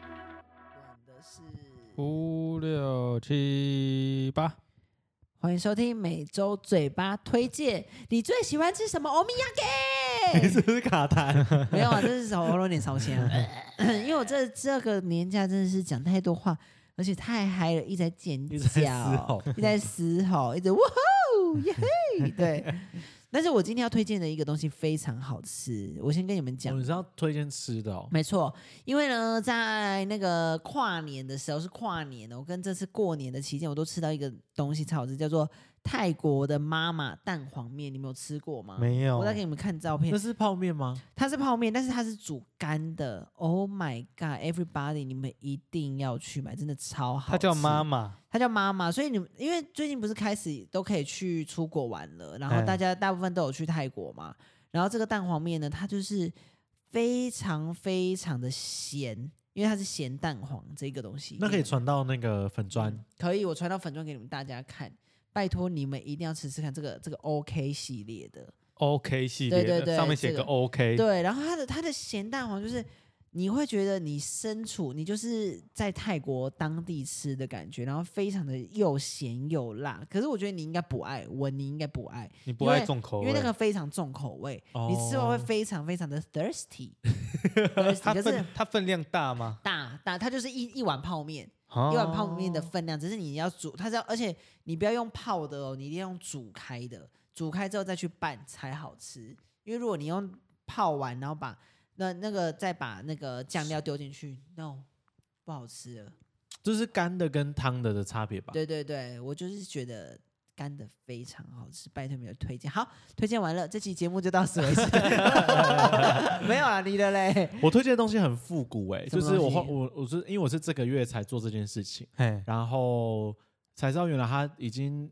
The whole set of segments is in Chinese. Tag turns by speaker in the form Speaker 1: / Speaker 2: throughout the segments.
Speaker 1: 管的是，
Speaker 2: 五六七八，
Speaker 1: 欢迎收听每周嘴巴推荐，你最喜欢吃什么？欧米亚
Speaker 3: 你
Speaker 1: 给？
Speaker 3: 是不是卡痰？
Speaker 1: 没有啊，这是喉咙有点烧钱 啊，因为我这这个年假真的是讲太多话，而且太嗨了，一直在尖
Speaker 3: 一直在嘶
Speaker 1: 叫
Speaker 3: 吼，
Speaker 1: 一直在嘶吼，一直哇吼耶嘿，对。但是我今天要推荐的一个东西非常好吃，我先跟你们讲
Speaker 3: 我，们哦是要推荐吃的哦。
Speaker 1: 没错，因为呢，在那个跨年的时候是跨年哦的，我跟这次过年的期间，我都吃到一个东西超好吃，叫做泰国的妈妈蛋黄面，你们有吃过
Speaker 2: 嗯
Speaker 1: 吗？
Speaker 3: 没有
Speaker 1: 我再给你们看照
Speaker 3: 那
Speaker 1: 片，
Speaker 3: 是泡面吗？
Speaker 1: 它是泡面，但是它是煮干的。Oh my god，everybody，你们一定要去买，真的超好吃。
Speaker 2: 她叫妈，妈，
Speaker 1: 它叫妈妈，所以你们因为最近不是开始都可以去出国玩了，然后
Speaker 3: 哎
Speaker 1: 大家大部分都有去泰国嘛，然后这个蛋黄面呢，它就是非常非常的咸，因为它是咸蛋黄这个东西，
Speaker 3: 那可以传到那个粉砖，
Speaker 1: 嗯可以，我传到粉妆给你们大家看。拜托你们一定要吃吃看这个这个 OK 系列的，
Speaker 2: OK 系列，
Speaker 1: 对对对
Speaker 2: 上面写
Speaker 1: 这
Speaker 2: 个
Speaker 1: 个
Speaker 2: OK，
Speaker 1: 对，然后它的它的咸蛋黄就是你会觉得你身处你就是在泰国当地吃的感觉，然后非常的又咸又辣。可是我觉得你应该不爱，我你应该不爱，
Speaker 2: 你不
Speaker 1: 因为
Speaker 2: 爱重口
Speaker 1: 因
Speaker 2: 味，
Speaker 1: 为那个非常重口味，
Speaker 3: 哦
Speaker 1: 你吃完会非常非常的 thirsty，, thirsty
Speaker 2: 它
Speaker 1: 可是
Speaker 2: 分它分量大吗？
Speaker 1: 大大它就是一一碗泡面，
Speaker 2: 啊
Speaker 1: 一碗泡面
Speaker 3: 哦
Speaker 1: 的分量，只是你要煮，它是要，而且你不要用泡的哦，你一定要用煮开的，煮开之后再去拌才好吃。因为如果你用泡完，然后把那那个再把那个酱料丢进去，no，不好吃了。
Speaker 3: 就是干的跟汤的的差别吧。
Speaker 1: 对对对，我就是觉得干的非常好吃，拜托你们推荐。好，推荐完了，这期节目就到此为 止。没有啦，你的嘞。
Speaker 3: 我推荐的东西很复古哎、
Speaker 1: 什么
Speaker 3: 就是我
Speaker 1: 东西
Speaker 3: 我我是因为我是这个月才做这件事情，
Speaker 2: 嘿，
Speaker 3: 然后才知道原来它已经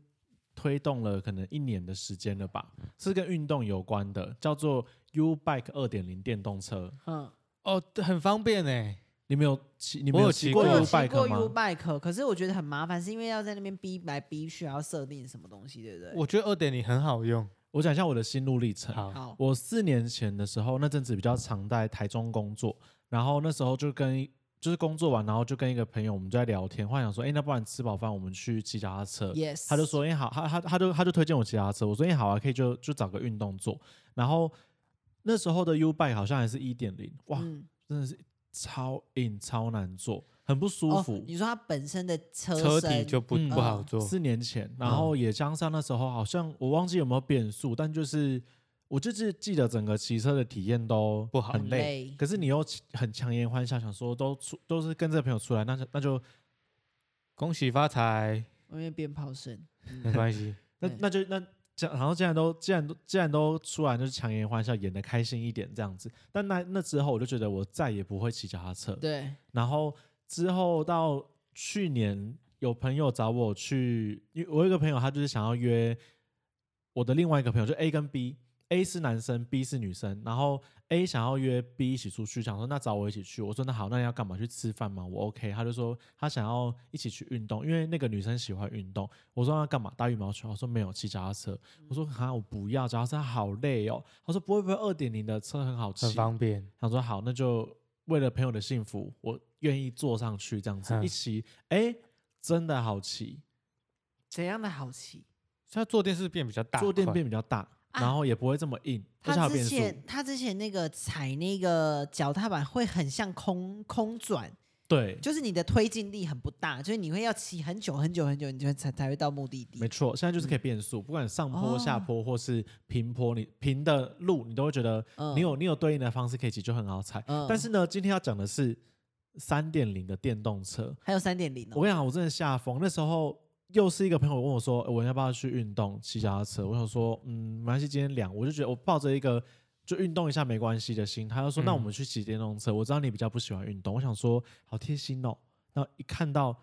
Speaker 3: 推动了可能一年的时间了吧，是跟运动有关的，叫做 U Bike 二点零电动车。
Speaker 1: 嗯，
Speaker 2: 哦，很方便哎，
Speaker 3: 你们有骑？你
Speaker 2: 我
Speaker 3: 们
Speaker 2: 有
Speaker 3: 骑
Speaker 2: 骑
Speaker 3: 过
Speaker 1: 我
Speaker 3: U
Speaker 1: 有骑过
Speaker 3: Bike
Speaker 1: U
Speaker 3: 吗？
Speaker 1: Bike，可是我觉得很麻烦，是因为要在那边逼来逼去，还要设定什么东西，对不对？
Speaker 2: 我觉得二点零很好用，
Speaker 3: 我讲一下我的心路历程。
Speaker 2: 好，
Speaker 1: 好，
Speaker 3: 我四年前的时候，那阵子比较常在台中工作，然后那时候就跟就是工作完，然后就跟一个朋友我们就在聊天，幻想说，哎、那不然吃饱饭我们去骑脚踏车。
Speaker 1: Yes，
Speaker 3: 他就说，哎、好，他他他就他就推荐我骑脚踏车，我说，哎、好啊，可以就就找个运动做。然后那时候的 U Bike 好像还是一点零，哇，
Speaker 1: 嗯
Speaker 3: 真的是超硬超难坐，很不舒服。
Speaker 1: 哦你说它本身的车
Speaker 2: 车
Speaker 1: 身
Speaker 2: 底就不
Speaker 3: 嗯
Speaker 2: 不好做，
Speaker 3: 四年前，然后也加上那时候好像我忘记有没有变速，但就是我就是记得整个骑车的体验都
Speaker 2: 不好
Speaker 3: 很累。
Speaker 1: 累，
Speaker 3: 可是你又起很强颜欢笑，想说都出都是跟这朋友出来，那就那就
Speaker 2: 恭喜发财，
Speaker 1: 外面鞭炮声，
Speaker 2: 没关 系，
Speaker 3: 那
Speaker 1: 对
Speaker 3: 那就那这样，然后既然都既然都既然都出来，就是强颜欢笑，演的开心一点这样子。但那那之后，我就觉得我再也不会骑脚踏车。
Speaker 1: 对，
Speaker 3: 然后之后到去年，有朋友找我去，因为我有一个朋友，他就是想要约我的另外一个朋友，就 A 跟 B，A 是男生，B 是女生，然后 A 想要约 B 一起出去，想说那找我一起去，我说那好，那你要干嘛？去吃饭吗？我 OK，他就说他想要一起去运动，因为那个女生喜欢运动，我说那干嘛？打羽毛球？我说没有，骑脚踏车。我说哈，我不要，脚踏车好累哦。他说不会不会，二点零的车很好骑，啊
Speaker 2: 很方便，
Speaker 3: 想说好，那就为了朋友的幸福，我愿意坐上去这样子、
Speaker 2: 嗯
Speaker 3: 一骑，哎、真的好骑，
Speaker 1: 怎样的好骑？
Speaker 2: 所以它坐垫是不是变比较大块，
Speaker 3: 坐垫变比较大，
Speaker 1: 啊
Speaker 3: 然后也不会这么硬，而且
Speaker 1: 他
Speaker 3: 还有变
Speaker 1: 之
Speaker 3: 速，
Speaker 1: 前他之前那个踩那个脚踏板会很像空空转，
Speaker 3: 对，
Speaker 1: 就是你的推进力很不大，就是你会要骑很久很久很久，你就会才才会到目的地
Speaker 3: 没。错，现在
Speaker 2: 嗯
Speaker 3: 就是可以变速，不管上坡、
Speaker 1: 哦
Speaker 3: 下坡或是平坡，你平的路你都会觉得
Speaker 1: 嗯
Speaker 3: 你有、你有对应的方式可以骑，就很好踩。
Speaker 1: 嗯
Speaker 3: 但是呢，今天要讲的是三点零的电动车，
Speaker 1: 还有三点零
Speaker 3: 我
Speaker 1: 哦，
Speaker 3: 跟你讲，我真的吓疯。那时候又是一个朋友问我说，呃我要不要去运动骑脚踏车？我想说，嗯，没关系，今天凉。我就觉得我抱着一个就运动一下没关系的心，他就说，
Speaker 2: 嗯
Speaker 3: 那我们去骑电动车。我知道你比较不喜欢运动，我想说好贴心哦。然后一看到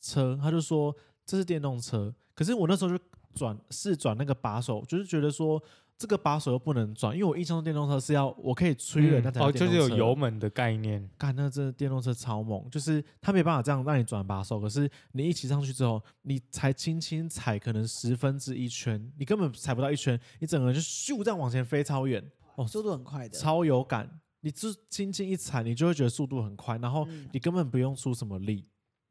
Speaker 3: 车，他就说这是电动车，可是我那时候就转试转那个把手，就是觉得说。这个把手又不能转，因为我印象中电动车是要我可以吹人，那才
Speaker 2: 哦，
Speaker 3: 叫电
Speaker 2: 就是有
Speaker 3: 动车
Speaker 2: 油门的概念，
Speaker 3: 干，那真的电动车超猛，就是它没办法这样让你转把手，可是你一骑上去之后，你才轻轻踩可能十分之一圈，你根本踩不到一圈，你整个人就咻这样往前飞超远，哦，
Speaker 1: 速度很快的，
Speaker 3: 超有感。你就轻轻一踩，你就会觉得速度很快，然后
Speaker 1: 嗯
Speaker 3: 你根本不用出什么力，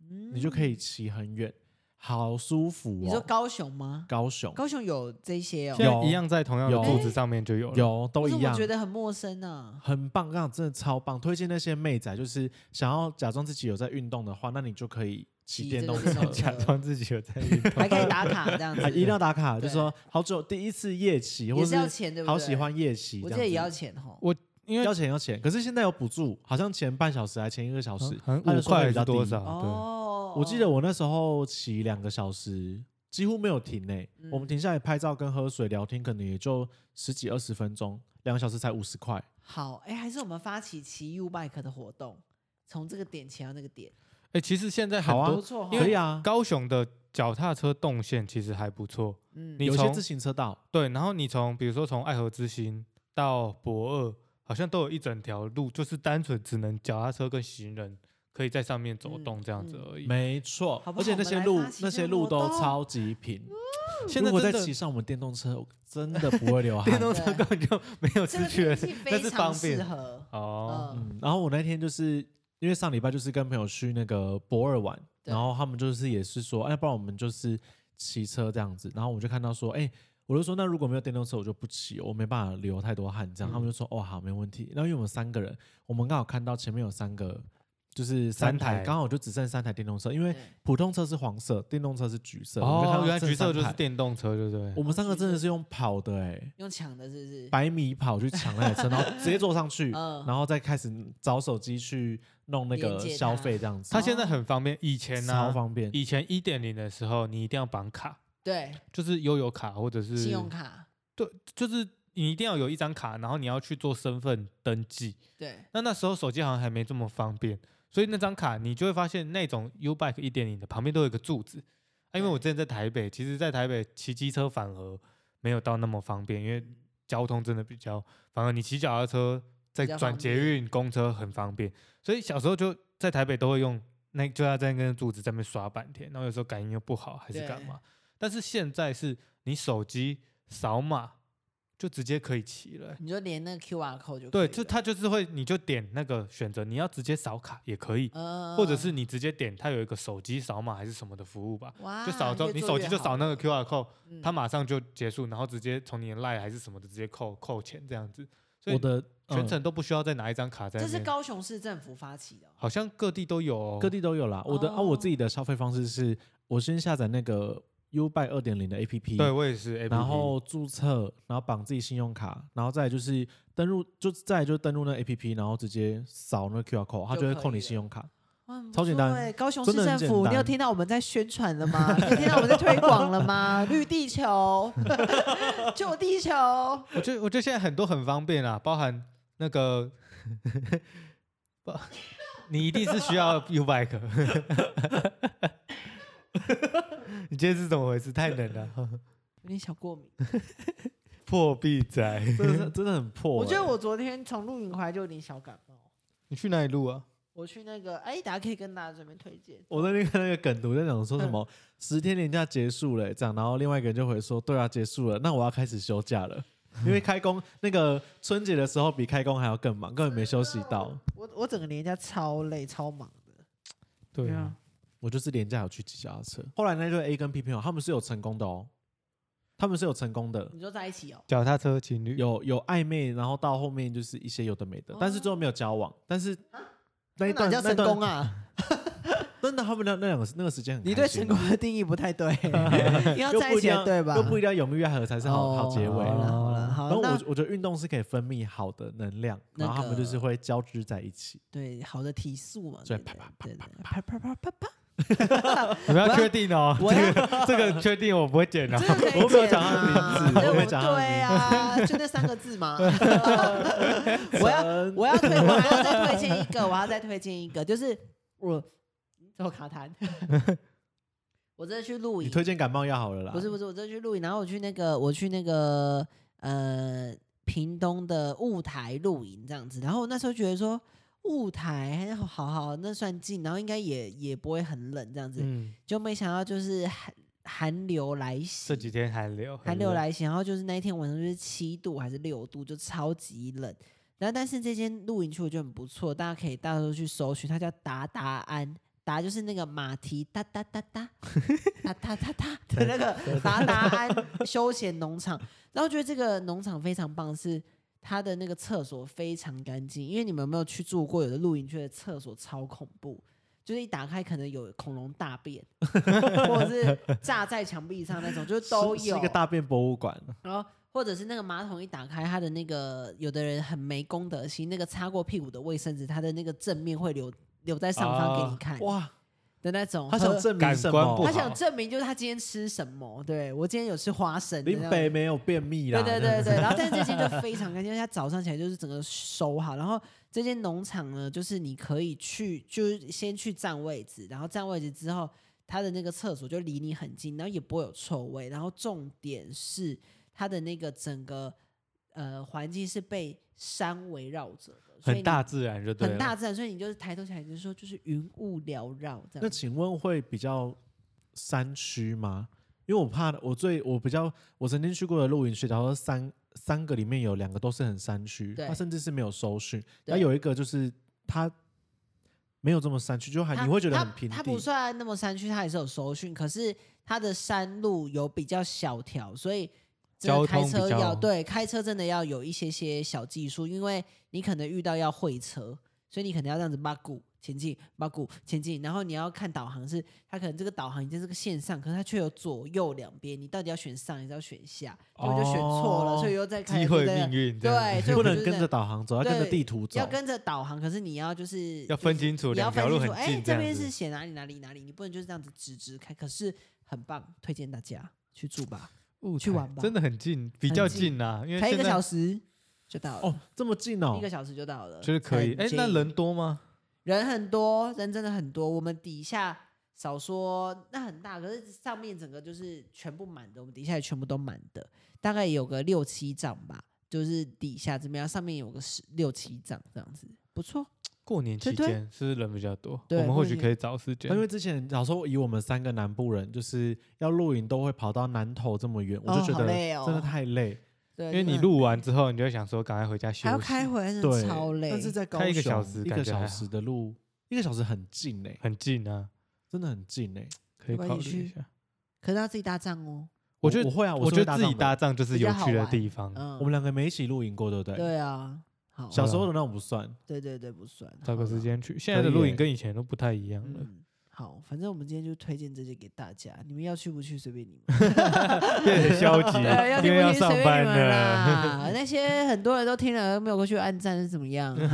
Speaker 3: 你就可以
Speaker 1: 嗯。
Speaker 3: 骑很远，好舒服哦。
Speaker 1: 你说高雄吗？
Speaker 3: 高雄
Speaker 1: 高雄有这些哦，
Speaker 2: 现在
Speaker 3: 有
Speaker 2: 一样在同样的
Speaker 3: 有
Speaker 2: 桌子上面就有了。
Speaker 3: 有都
Speaker 1: 可是
Speaker 3: 一
Speaker 1: 我
Speaker 3: 样
Speaker 1: 觉，得很陌生呢、
Speaker 3: 很棒，刚刚真的超棒。推荐那些妹仔，就是想要假装自己有在运动的话，那你就可以骑
Speaker 1: 骑
Speaker 3: 电
Speaker 1: 这
Speaker 3: 动
Speaker 1: 个电
Speaker 3: 车
Speaker 1: 动。
Speaker 2: 假装自己有在运动，
Speaker 1: 还可以打卡 这样子
Speaker 3: 啊，，一定要打卡，就
Speaker 1: 对
Speaker 3: 说好久第一次夜骑，或
Speaker 1: 也是要
Speaker 3: 者
Speaker 1: 钱对不对？
Speaker 3: 好喜，欢夜骑，
Speaker 1: 我
Speaker 3: 这
Speaker 1: 记得也
Speaker 3: 样
Speaker 1: 要
Speaker 3: 子
Speaker 1: 钱哦。
Speaker 2: 因为
Speaker 3: 要钱要钱，可是现在有补助，好像前半小时还前一个小时，
Speaker 2: 好像
Speaker 3: 它的
Speaker 2: 五
Speaker 3: 收费
Speaker 2: 块
Speaker 3: 比
Speaker 2: 还
Speaker 3: 较
Speaker 2: 是
Speaker 3: 低
Speaker 2: 多少？
Speaker 1: 哦，
Speaker 3: 我记得我那时候骑两个小时，几乎没有停诶、我们
Speaker 1: 嗯
Speaker 3: 停下来拍照跟喝水聊天，可能也就十几二十分钟，两个小时才五十块。
Speaker 1: 好，哎，还是我们发起骑 U bike 的活动，从这个点骑到那个点，
Speaker 2: 对，哎，其实现在很
Speaker 3: 好啊
Speaker 1: 不
Speaker 2: 多
Speaker 1: 错哈。
Speaker 3: 可以啊，
Speaker 2: 高雄的脚踏车动线其实还不错，
Speaker 1: 嗯，
Speaker 2: 你
Speaker 3: 有一些
Speaker 2: 从
Speaker 3: 自行车道，
Speaker 2: 对，然后你从比如说从爱河之心到博二，好像都有一整条路，就是单纯只能脚踏车跟行人可以在上面走
Speaker 1: 嗯
Speaker 2: 动这样子
Speaker 1: 嗯
Speaker 2: 而已。
Speaker 3: 没错
Speaker 1: 好，不
Speaker 3: 而且
Speaker 1: 好我
Speaker 3: 那
Speaker 1: 们
Speaker 3: 些
Speaker 1: 来
Speaker 3: 路
Speaker 1: 发起
Speaker 3: 那
Speaker 1: 这
Speaker 3: 些
Speaker 1: 个
Speaker 3: 路
Speaker 1: 活
Speaker 3: 都
Speaker 1: 动嗯
Speaker 3: 超级平。
Speaker 2: 现
Speaker 3: 如
Speaker 2: 在
Speaker 3: 果
Speaker 2: 真
Speaker 3: 再骑
Speaker 2: 的
Speaker 3: 上我们电动车，我真的不会流 汗
Speaker 2: 电。动车
Speaker 1: 对
Speaker 2: 根本就没有
Speaker 1: 这
Speaker 2: 出
Speaker 1: 个
Speaker 2: 去
Speaker 1: 天
Speaker 2: 了，
Speaker 1: 气
Speaker 2: 那
Speaker 1: 非
Speaker 2: 是
Speaker 1: 常
Speaker 2: 方
Speaker 1: 适
Speaker 2: 便
Speaker 1: 合。
Speaker 2: 哦。
Speaker 1: 嗯，
Speaker 3: 嗯，然后我那天就是因为上礼拜就是跟朋友去那个博尔玩，
Speaker 1: 对
Speaker 3: 然后他们就是也是说，哎，不然我们就是骑车这样子。然后我就看到说，哎，我就说那如果没有电动车，我就不骑，我没办法流太多汗
Speaker 1: 嗯
Speaker 3: 这样。他们就说，哦，好，没问题。然后因为我们三个人，我们刚好看到前面有三个。就是三
Speaker 2: 三
Speaker 3: 台，
Speaker 2: 台
Speaker 3: 刚好就只剩三台电动车，因为
Speaker 1: 对
Speaker 3: 普通车是黄色，电动车是橘色。我们就看
Speaker 2: 哦
Speaker 3: 到，
Speaker 2: 原来
Speaker 3: 剩
Speaker 2: 橘色
Speaker 3: 三
Speaker 2: 就是
Speaker 3: 台
Speaker 2: 电动车，对不对？
Speaker 3: 我们三个
Speaker 1: 橘色
Speaker 3: 真的是用跑的哎、
Speaker 1: 用抢的是不是？
Speaker 3: 百米跑去抢那台车，然后直接坐 上去，
Speaker 1: 嗯
Speaker 3: 然后再开始找手机去弄那个
Speaker 1: 连接它
Speaker 3: 消费这样子
Speaker 2: 它，啊现在很方便，以前呢、
Speaker 3: 超方便。
Speaker 2: 以前一点零的时候，你一定要绑卡，
Speaker 1: 对，
Speaker 2: 就是悠游卡或者是
Speaker 1: 信用，卡，
Speaker 2: 对，就是你一定要有一张卡，然后你要去做身份登记。
Speaker 1: 对，
Speaker 2: 那那时候手机好像还没这么方便，所以那张卡你就会发现那种 U Bike 一点零的旁边都有一个柱子。啊、因为我之前在台北，其实在台北骑机车反而没有到那么方便，因为交通真的比较，反而你骑脚踏车再
Speaker 1: 比较
Speaker 2: 转
Speaker 1: 方
Speaker 2: 捷运、公车很方便。所以小时候就在台北都会用那就要在那根柱子在那边刷半天，然后有时候感应又不好还是干
Speaker 1: 对
Speaker 2: 嘛。但是现在是你手机扫码就直接可以骑了欸、
Speaker 1: 你就连那个 QR code 就可以
Speaker 2: 对，
Speaker 1: 了
Speaker 2: 就它就是会，你就点那个选择，你要直接扫卡也可以，
Speaker 1: 嗯，
Speaker 2: 或者是你直接点它有一个手机扫码还是什么的服务吧，
Speaker 1: 哇，
Speaker 2: 就扫之后
Speaker 1: 越
Speaker 2: 你
Speaker 1: 啊做
Speaker 2: 手
Speaker 1: 越
Speaker 2: 机就
Speaker 1: 好
Speaker 2: 扫那个
Speaker 1: 了
Speaker 2: QR code，
Speaker 1: 嗯
Speaker 2: 它马上就结束，然后直接从你的 line 还是什么的直接扣扣钱这样子，所以
Speaker 3: 我的
Speaker 2: 全、
Speaker 3: 嗯
Speaker 2: 程都不需要再拿一张卡在
Speaker 1: 这
Speaker 2: 那
Speaker 1: 是
Speaker 2: 边。
Speaker 1: 高雄市政府发起的哦，
Speaker 2: 好像各地都有、哦，
Speaker 3: 嗯各地都有啦。我的啊，
Speaker 1: 哦
Speaker 3: 我自己的消费方式是，我先下载那个 U Buy 二点零的 A P P，
Speaker 2: 对我也是 APP，
Speaker 3: 然后注册，然后绑自己信用卡，然后再来就是登录，就再来就登录那 A P P，然后直接扫那 Q R code，它
Speaker 1: 就
Speaker 3: 就会
Speaker 1: 可
Speaker 3: 扣
Speaker 1: 以
Speaker 3: 你
Speaker 1: 了
Speaker 3: 信用卡。
Speaker 1: 哇很不
Speaker 3: 超简
Speaker 1: 错
Speaker 3: 单
Speaker 1: 欸高雄市
Speaker 3: 真的
Speaker 1: 政
Speaker 3: 很简
Speaker 1: 府，你有
Speaker 3: 单
Speaker 1: 听到我们在宣传了吗？你有听到我们在推广了吗？绿地球， 救地球，
Speaker 2: 我觉得我觉得现在很多很方便啦，包含那个，包你一定是需要 U bike，你今天是怎么回事？太冷了，
Speaker 1: 有点小过敏。
Speaker 2: 破壁仔，
Speaker 3: 真的是真的很破欸、
Speaker 1: 我觉得我昨天从露营回来就有点小感冒。
Speaker 2: 你去哪里录啊？
Speaker 1: 我去那个，哎，大家可以跟大家这边推荐。
Speaker 3: 我那天看那个梗图在讲说什么
Speaker 1: 嗯
Speaker 3: 十天连假结束了、欸这样，然后另外一个人就回说，对啊，结束了，那我要开始休假 了，因为开工那个春节的时候比开工还要更忙，根本没休息到。
Speaker 1: 我我整个年假超累超忙的。
Speaker 2: 对，，啊
Speaker 1: 啊
Speaker 3: 我就是连假有去骑脚踏车，后来那对 A 跟 P 朋友他们是有成功的哦，他们是有成功的，
Speaker 1: 你说在一起哦，
Speaker 2: 脚踏车情侣
Speaker 3: 有有暧昧，然后到后面就是一些有的没的
Speaker 1: 哦，啊
Speaker 3: 但是最后没有交往，但是。那一
Speaker 1: 那
Speaker 3: 段
Speaker 1: 哪叫成
Speaker 3: 那段
Speaker 1: 功啊？
Speaker 3: 真的，他们那那两个那个时间很
Speaker 1: 你
Speaker 3: 开
Speaker 1: 对
Speaker 3: 心
Speaker 1: 成
Speaker 3: 啊
Speaker 1: 功的定义不太 对，你要
Speaker 3: 又
Speaker 1: 在
Speaker 3: 不
Speaker 1: 一
Speaker 3: 一
Speaker 1: 起
Speaker 3: 定
Speaker 1: 才
Speaker 3: 要
Speaker 1: 对吧？
Speaker 3: 又不一定要有蜜月还有才是好好结尾啊
Speaker 1: 哦好了好了，
Speaker 3: 然后
Speaker 1: 好，
Speaker 3: 我
Speaker 1: 那
Speaker 3: 我觉得运动是可以分泌好的能量，
Speaker 1: 那
Speaker 3: 然后他们就是
Speaker 1: 个
Speaker 3: 会交织在一起。
Speaker 1: 对好的提速嘛，对
Speaker 3: 所以
Speaker 1: 不对对对啪啪啪啪啪，
Speaker 2: 你们要确定哦，
Speaker 1: 我
Speaker 2: 这
Speaker 1: 要
Speaker 2: 个这个确定我不会剪哦
Speaker 1: 这。个可以
Speaker 3: 我没有
Speaker 1: 剪
Speaker 3: 讲他的
Speaker 1: 啊
Speaker 3: 名字
Speaker 1: 对
Speaker 3: 我没
Speaker 1: 我
Speaker 3: 讲他的
Speaker 1: 对
Speaker 3: 名
Speaker 1: 啊，就那三个字嘛。我要我要推，我还要再推荐一个，我还要再推荐一个，就是我我卡痰， 我这去露
Speaker 3: 你
Speaker 1: 营，
Speaker 3: 推荐感冒药好了啦，
Speaker 1: 不是不是，我这去露营，然后我去那个我去那个呃屏东的雾台露营这样子，然后我那时候觉得说雾台好好那算近，然后应该也也不会很冷这样子，
Speaker 2: 嗯，
Speaker 1: 就没想到就是寒寒流来袭
Speaker 2: 这，几天寒流，
Speaker 1: 寒流
Speaker 2: 很冷，
Speaker 1: 来袭，然后就是那一天晚上就是七度还是六度，就超级冷。然后但是这间露营区我觉得很不错，大家可以到时候去搜寻，它叫达达安。达就是那个马蹄哒哒哒哒 哒哒哒哒的那个达达 安休闲农场，然后我觉得这个农场非常棒，是它的那个厕所非常干净，因为你们有没有去住过？有的露营区的厕所超恐怖，就是一打开可能有恐龙大便， 或者是炸在墙壁上那种，就是都
Speaker 3: 是是
Speaker 1: 有
Speaker 3: 一。个大便博物馆，
Speaker 1: 然后或者是那个马桶一打开，它的那个有的人很没公德心，那个擦过屁股的卫生纸，它的那个正面会留留在上方给你看
Speaker 3: 啊哇，
Speaker 1: 的那种。
Speaker 3: 他想
Speaker 1: 和
Speaker 3: 证明
Speaker 2: 感
Speaker 3: 什
Speaker 2: 官
Speaker 1: 他
Speaker 2: 不
Speaker 3: 么？
Speaker 2: 好
Speaker 1: 想证明就是他今天吃什么。对我今天有吃花生的那
Speaker 3: 林
Speaker 1: 种，
Speaker 3: 北没有便秘啦，
Speaker 1: 对
Speaker 3: 这样
Speaker 1: 对对
Speaker 3: 子
Speaker 1: 对，然后但是这间 就非常干净，因为它早上起来就是整个收好，然后这间农场呢，就是你可以去，就是先去占位置，然后占位置之后，它的那个厕所就离你很近，然后也不会有臭味，然后重点是它的那个整个呃环境是被山围绕着的，所以
Speaker 2: 很
Speaker 1: 你
Speaker 2: 大自然就对了，
Speaker 1: 很大自然，所以你就是抬头起来就是说就是云雾缭绕这
Speaker 3: 那
Speaker 1: 样。
Speaker 3: 请问会比较山区吗？因为我怕我最我比较我曾经去过的露营区，然后三三个里面有两个都是很山区，
Speaker 1: 对
Speaker 3: 它甚至是没有收讯，
Speaker 1: 对
Speaker 3: 那有一个就是它没有这么山区，就还
Speaker 1: 它
Speaker 3: 啊你会觉得
Speaker 1: 它
Speaker 3: 很平
Speaker 1: 它不
Speaker 3: 地。
Speaker 1: 算那么山区，它也是有收讯，可是它的山路有比较小条，所以真的
Speaker 2: 交
Speaker 1: 开
Speaker 2: 通比
Speaker 1: 车
Speaker 2: 较
Speaker 1: 要对开车真的要有一些些小技术，因为你可能遇到要会车，所以你可能要这样子八股前进，八股前进，然后你要看导航是它可能这个导航已经是个线上，可是它却有左右两边，你到底要选上还是要选下，结果就选错了，
Speaker 3: 哦
Speaker 1: 所以又在开
Speaker 2: 机
Speaker 1: 就
Speaker 2: 会
Speaker 1: 在
Speaker 2: 命运这样
Speaker 1: 对，所以
Speaker 3: 不
Speaker 1: 我就
Speaker 3: 能
Speaker 1: 是
Speaker 3: 跟
Speaker 1: 在
Speaker 3: 着导航走，要跟着
Speaker 1: 对
Speaker 3: 地图走
Speaker 1: 要。跟着导航，可是你要就是
Speaker 2: 要分清楚
Speaker 1: 你要
Speaker 2: 两条
Speaker 1: 分
Speaker 2: 路
Speaker 1: 清楚，
Speaker 2: 很
Speaker 1: 哎，
Speaker 2: 近
Speaker 1: 这
Speaker 2: 这
Speaker 1: 边
Speaker 2: 样
Speaker 1: 是
Speaker 2: 子。
Speaker 1: 写哪里哪里哪里，你不能就是这样子直直开。可是很棒，推荐大家去住吧，
Speaker 2: 雾
Speaker 1: 去
Speaker 2: 台
Speaker 1: 玩吧
Speaker 2: 哎真的很近，比
Speaker 1: 很
Speaker 2: 较
Speaker 1: 近
Speaker 2: 近啊，因为
Speaker 1: 才一
Speaker 2: 现
Speaker 1: 个
Speaker 2: 在
Speaker 1: 小时就到了，
Speaker 3: 哦，这么近哦
Speaker 1: 一个，小时就到了，
Speaker 2: 就是可以。哎
Speaker 1: 很，
Speaker 2: 那
Speaker 1: 近
Speaker 2: 人多吗？
Speaker 1: 人很多，人真的很多。我们底下少说那很大，可是上面整个就是全部满的，我们底下也全部都满的，大概有个六七张吧，就是底下这边，上面有个十六七张这样子，不错。
Speaker 2: 过年期
Speaker 1: 对对
Speaker 2: 间是不是人比较多？
Speaker 1: 对
Speaker 2: 我们
Speaker 1: 过
Speaker 2: 或
Speaker 1: 年
Speaker 2: 许
Speaker 1: 期
Speaker 2: 可以找时间
Speaker 3: 因。为之前老说以我们三个南部人，就是要露营都会跑到南头这么远，我
Speaker 1: 哦
Speaker 3: 就觉
Speaker 1: 好
Speaker 3: 得
Speaker 1: 累哦
Speaker 3: 真的太累。
Speaker 1: 对，
Speaker 2: 因为
Speaker 1: 真的
Speaker 2: 你
Speaker 1: 很
Speaker 2: 录完之后，你就会想说赶快回家休息。
Speaker 1: 还要开回来，真的
Speaker 3: 对，
Speaker 1: 超累。
Speaker 3: 但是在高
Speaker 2: 开一个
Speaker 3: 雄
Speaker 2: 小时啊
Speaker 3: 一个
Speaker 2: 感觉还
Speaker 3: 小
Speaker 2: 好
Speaker 3: 时的路，一个小时很近嘞、
Speaker 2: 很近啊，
Speaker 3: 真的很近欸嘞、
Speaker 2: 可以
Speaker 1: 没
Speaker 2: 考
Speaker 1: 关
Speaker 2: 虑
Speaker 1: 系
Speaker 2: 一下。
Speaker 1: 可是要自己搭帐哦。
Speaker 2: 我觉
Speaker 3: 我
Speaker 2: 得
Speaker 3: 会啊，
Speaker 2: 我
Speaker 3: 是
Speaker 2: 觉
Speaker 3: 会
Speaker 2: 得
Speaker 3: 搭
Speaker 2: 自己
Speaker 3: 帐篷
Speaker 2: 搭帐就是
Speaker 1: 比较
Speaker 2: 有
Speaker 1: 好
Speaker 2: 趣的
Speaker 1: 玩
Speaker 2: 地方，
Speaker 1: 嗯，
Speaker 3: 我们两个没一起露营过，对不对？。
Speaker 1: 对啊，好，
Speaker 3: 小时候的那种不算，
Speaker 1: 对对对，不算。
Speaker 2: 找个
Speaker 1: 好啦
Speaker 2: 时，间去。现在的
Speaker 3: 可以
Speaker 2: 露
Speaker 3: 欸
Speaker 2: 营跟以前都不太一样了，
Speaker 1: 嗯，好，反正我们今天就推荐这些给大家，你们要去不去随便你们。
Speaker 2: 变得很消极，
Speaker 1: 对，要
Speaker 2: 因
Speaker 1: 听
Speaker 2: 为
Speaker 1: 不
Speaker 2: 要
Speaker 1: 听随
Speaker 2: 上
Speaker 1: 便
Speaker 2: 班
Speaker 1: 你们
Speaker 2: 了。
Speaker 1: 啦。那些很多人都听了没有过去按赞是怎么样？嗯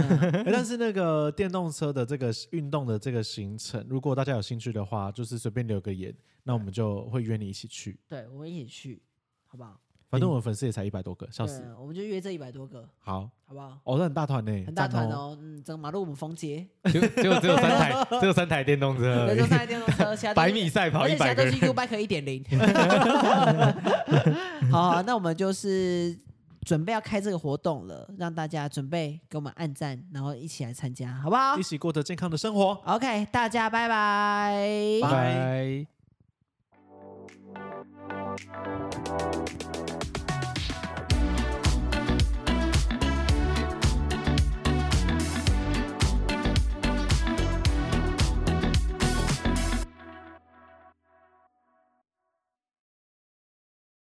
Speaker 3: 诶但是那个电动车的这个运动的这个行程，如果大家有兴趣的话，就是随便留个言，那我们就会约你一起去。
Speaker 1: 对，我们一起去，好不好？
Speaker 3: 反正我们粉丝也才一百多个，笑死
Speaker 1: 对。，啊我们就约这一百多个，
Speaker 3: 好，
Speaker 1: 好不好？
Speaker 3: 哦，那很大团呢、
Speaker 1: 很大团。
Speaker 3: 赞
Speaker 1: 哦，嗯，整个马路我们封街，
Speaker 2: 结果结果只有三 台，只有三台电动车而
Speaker 1: 人都
Speaker 2: 已，
Speaker 1: 上来电动车， 其他都
Speaker 2: 百
Speaker 1: 是
Speaker 2: 呃米赛跑
Speaker 1: 而且
Speaker 2: 一
Speaker 1: 现在
Speaker 2: 百
Speaker 1: 都
Speaker 2: 个
Speaker 1: 是
Speaker 2: 人，
Speaker 1: U Bike 一点 零。好好，那我们就是准备要开这个活动了，让大家准备给我们按赞，然后一起来参加，好不好
Speaker 3: 一起过着健康的生活。
Speaker 1: ？OK，大家拜拜。
Speaker 3: 拜
Speaker 2: 拜。